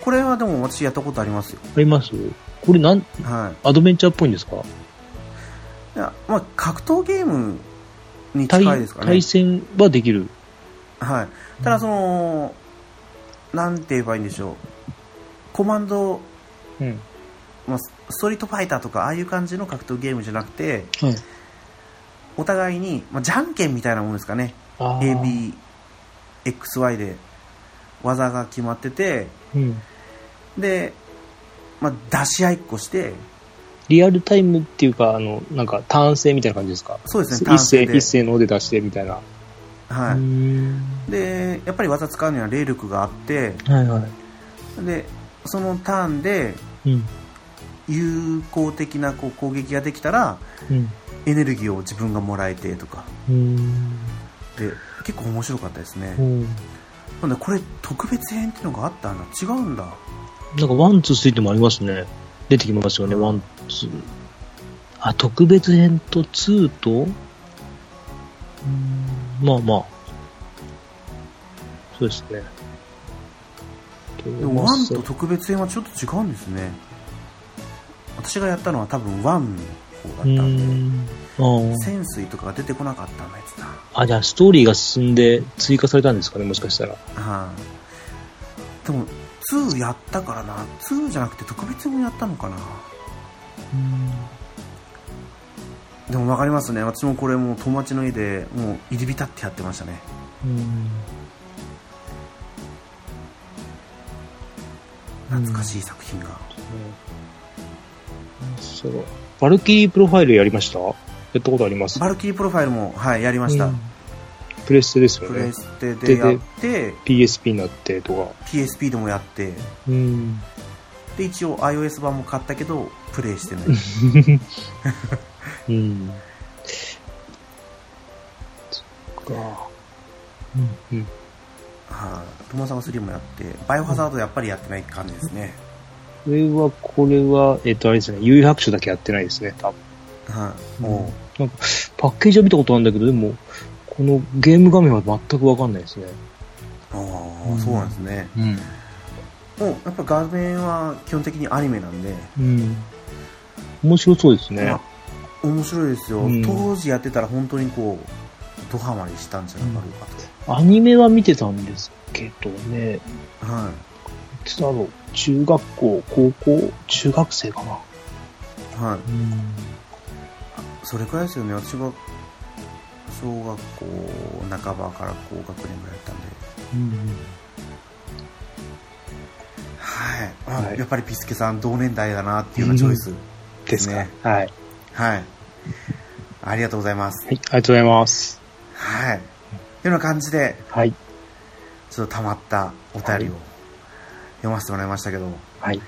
これはでも私やったことありますよ。
ありますこれなん、
はい。
アドベンチャーっぽいんですか
いや、まあ格闘ゲームに
対
近いですかね。
対戦はできる。
はい、ただその、なんて言えばいいんでしょう、コマンド、
うん。
まあ、スストリートファイターとか、ああいう感じの格闘ゲームじゃなくて、
はい。
お互いに、まあ、じゃんけんみたいなものですかね、
あー
A、B、X、Y で技が決まってて、
うん。
で、まあ、出し合いっこして、
リアルタイムっていうか、あの、なんか、単性みたいな感じですか
そうですね、
一斉、
単
一
性
斉のお出出してみたいな。
で、はい
うーん
で、やっぱり技使うには霊力があって、
はいは
で、そのターンで
い。うん。
有効的なこう攻撃ができたら、
うん。
エネルギーを自分がもらえてとか
うーん。
で結構面白かったですね
うん
なんでこれ特別編っていうのがあったんだ違うんだ
なんか、ワン、ツー、スリーってもありますね。出てきますよね、ワン、ツー。あ、特別編とツーと、うーんまあまあ。そうですね。
でも1と特別編はちょっと違うんですね私がやったのは多分1の方だった
うー
んで
ん。あ
潜水とかが出てこなかったんやつだは
あ。あ、じゃあ、ストーリーが進んで追加されたんですかね、もしかしたら。
いでも2やったからな2じゃなくて特別編をやったのかなでも分かりますね私もこれもう友達の家でもう入り浸ってやってましたね
うん。
懐かしい作品が、
そう。バルキリープロファイルやりましたやったことあります
バルキリープロファイルも、はい、やりました、
うんプレステですよ
プレ
ね。
ステでやって、
PSP になってとか。
PSP でもやって、
うん。
で、一応 iOS 版も買ったけど、プレイしてない。
うん。そっか。うん。うん。
はい。トモサガ3もやって、バイオハザードやっぱりやってない感じですね。
これは、これは、えっと、あれですね、有白書だけやってないですね、多分。
はい。
うん
も
なんか、パッケージは見たことあるんだけど、でも、このゲーム画面は全くわかんないですね。
う、あ
う
あ、
ん
そうなんですね。
うん。
もう、やっぱ画面は基本的にアニメなんで、
うん。面白そうですね。
まあ面白いですよ、
うん
当時やってたら本当にこう、ドハマりしたんじゃなかろうか
アニメは見てたんですけどね、
と。はい。
いつだろう、中学校、高校、中学生かな。
はい。
うん。
それくらいですよね。私が、小学校半ばから高学年ぐらいだったんで。はい、あ
はい
やっぱりピスケさん同年代だなっていうようなチョイス、
ですか、
ね
はい。はい、
はいありがとうございます
ありがとうございます。
はいというような感じで
はい。
ちょっと溜まったお便りを読ませてもらいましたけど、
はい。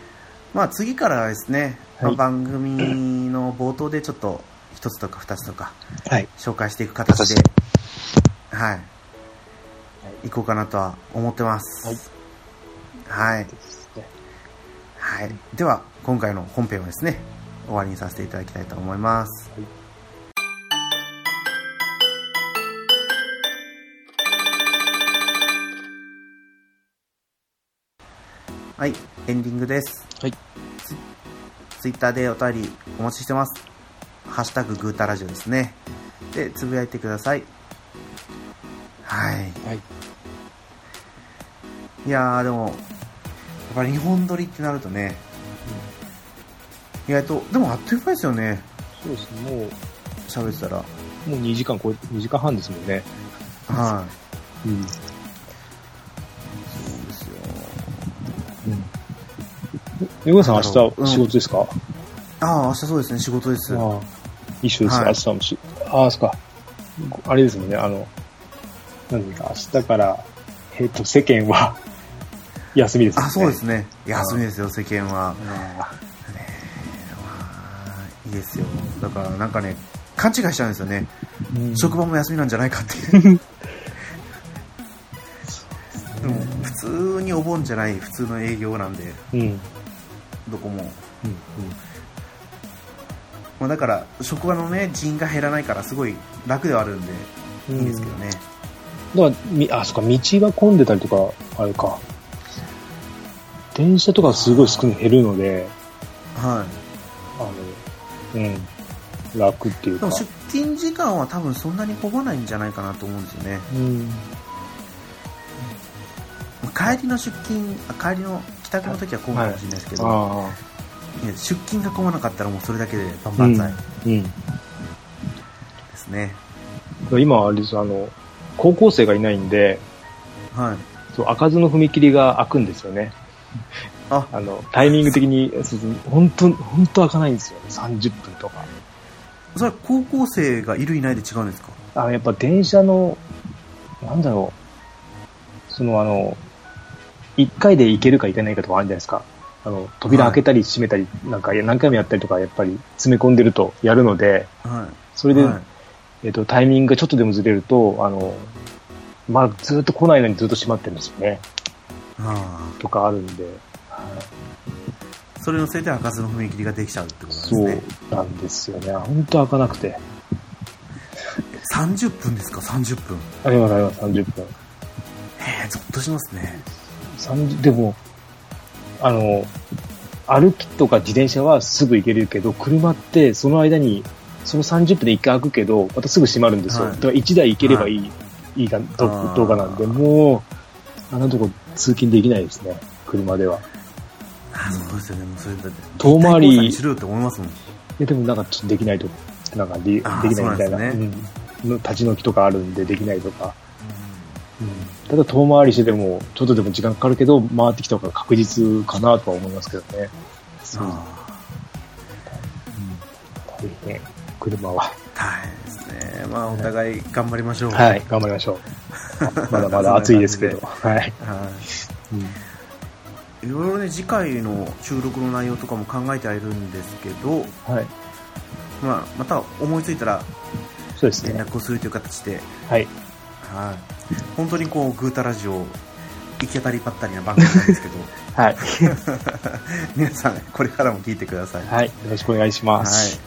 まあ次からはですね、まあ
はい
番組の冒頭でちょっと一つとか二つとか
はい。
紹介していく形で、
形
はい、はい、行こうかなとは思ってますはい、はい
ですね。
では今回の本編はですね終わりにさせていただきたいと思います、
はい
はい、エンディングです。
はい。
ツイッターでお便りお待ちしてます。ハッシュタググータラジオですね。で、つぶやいてください。はい。
はい。
いやー、でも、やっぱり日本撮りってなるとね、意外と、でもあっという間ですよね、
そうですね。もう、
喋ってたら。
もう2時間超え、2時間半ですもんね。
は
うん。
い。そうですよ。
え、ごさん明日
うん
仕事ですか、
ああ、明日そうですね、仕事です。
ああ一緒です、
はい
明日もし。ああ、そっか。あれですもんね、あの、何ですか、明日から、えっと、世間は、 (laughs) 休みですもん
あ、
ね。
そうですね。休みですよ、世間は。
あ
まあいいですよ。だから、なんかね、勘違いしちゃうんですよね。
ー。うん
職場も休みなんじゃないかっ
(laughs)
ていう。でも、普通にお盆じゃない、普通の営業なんで、
うん。うん。
どこも。
うん。
まあ、だから、職場のね、人員が減らないから、すごい楽ではあるんで、
う
い
ん。
いんですけどね。
だから、みあ、そっか、道が混んでたりとか、あれか。電車とかすごい少ない減るので、
は
あの、うん。楽ってい
い。
う
で
か
も、。出勤時間は多分そんなに混まないんじゃないかなと思うんですよね。
うん。
まあ帰りの出勤、あ帰りの帰宅の時は混むかもしれないですけど、
ああ。
いや出勤が混まなかったらもうそれだけで万々歳
うん。
ですね。
今、あれです、あの、高校生がいないんで、
はい。
そう開かずの踏切が開くんですよね。
あ
あの、タイミング的に、そうそう本当、本当開かないんですよ。30分とか。
それは高校生がいるいないで違うんですか
あの、やっぱ電車の、なんだろう。その、あの、1回で行けるか行けないかとかあるじゃないですか。あの、扉開けたり閉めたり、なんか、いや何回もやったりとか、やっぱり詰め込んでるとやるので、
は
そ
い。
れで、
はい、
えっと、タイミングがちょっとでもずれると、あの、まあ、ずっと来ないのにずっと閉まってるんですよね。
あ
とかあるんで。はい
あそれのせいで開かずの踏切ができちゃうってことです
そう
ね。
なんですよね。本当開かなくて。
30分ですか ?30 分。
ありますあります、30
え
分。
え、ゾッとしますね。
30でも、あの、歩きとか自転車はすぐ行けるけど、車ってその間に、その30分で一回開くけど、またすぐ閉まるんですよ。
はい
だから1台行ければいい、い、いか
あー
と動画なんで、もう、あんなとこ通勤できないですね。車では。
ああそうですよね。もうそれだって。
遠回り
立体交差にしろよって思いますもん。
ででもなんかちょっとできないと、なんかででき
あ
な
ー
いみ
そ
たい
うな
な、
ん
うんの立ち退きとかあるんでできないとか。ただ遠回りしてても、ちょっとでも時間かかるけど、回ってきた方が確実かなとは思いますけどね。そう
あ
大変。車は。
あ大変ですね。まあ、お互い頑張りましょう。。
はいい。頑張りましょう。まだまだ暑いですけど。はい。
いろいろね、次回の収録の内容とかも考えてはいるんですけど、
はい。
まあ、また思いついたら
そうです
連
ね。
絡をするという形で、
はい。
はい、本当にこうグータラジオ行き当たりばったりな番組なんですけ
(laughs)
ど
はい。
皆さんこれからも聞いてください、
はい。よろしくお願いします。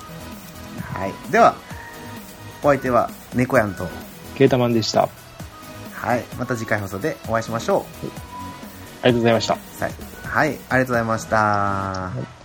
はいはい、ではお相手は猫やんと、
ケータマンでした。あ
はい、また次回放送でお会いしましょう
りがとうございました。
さいはいありがとうございました、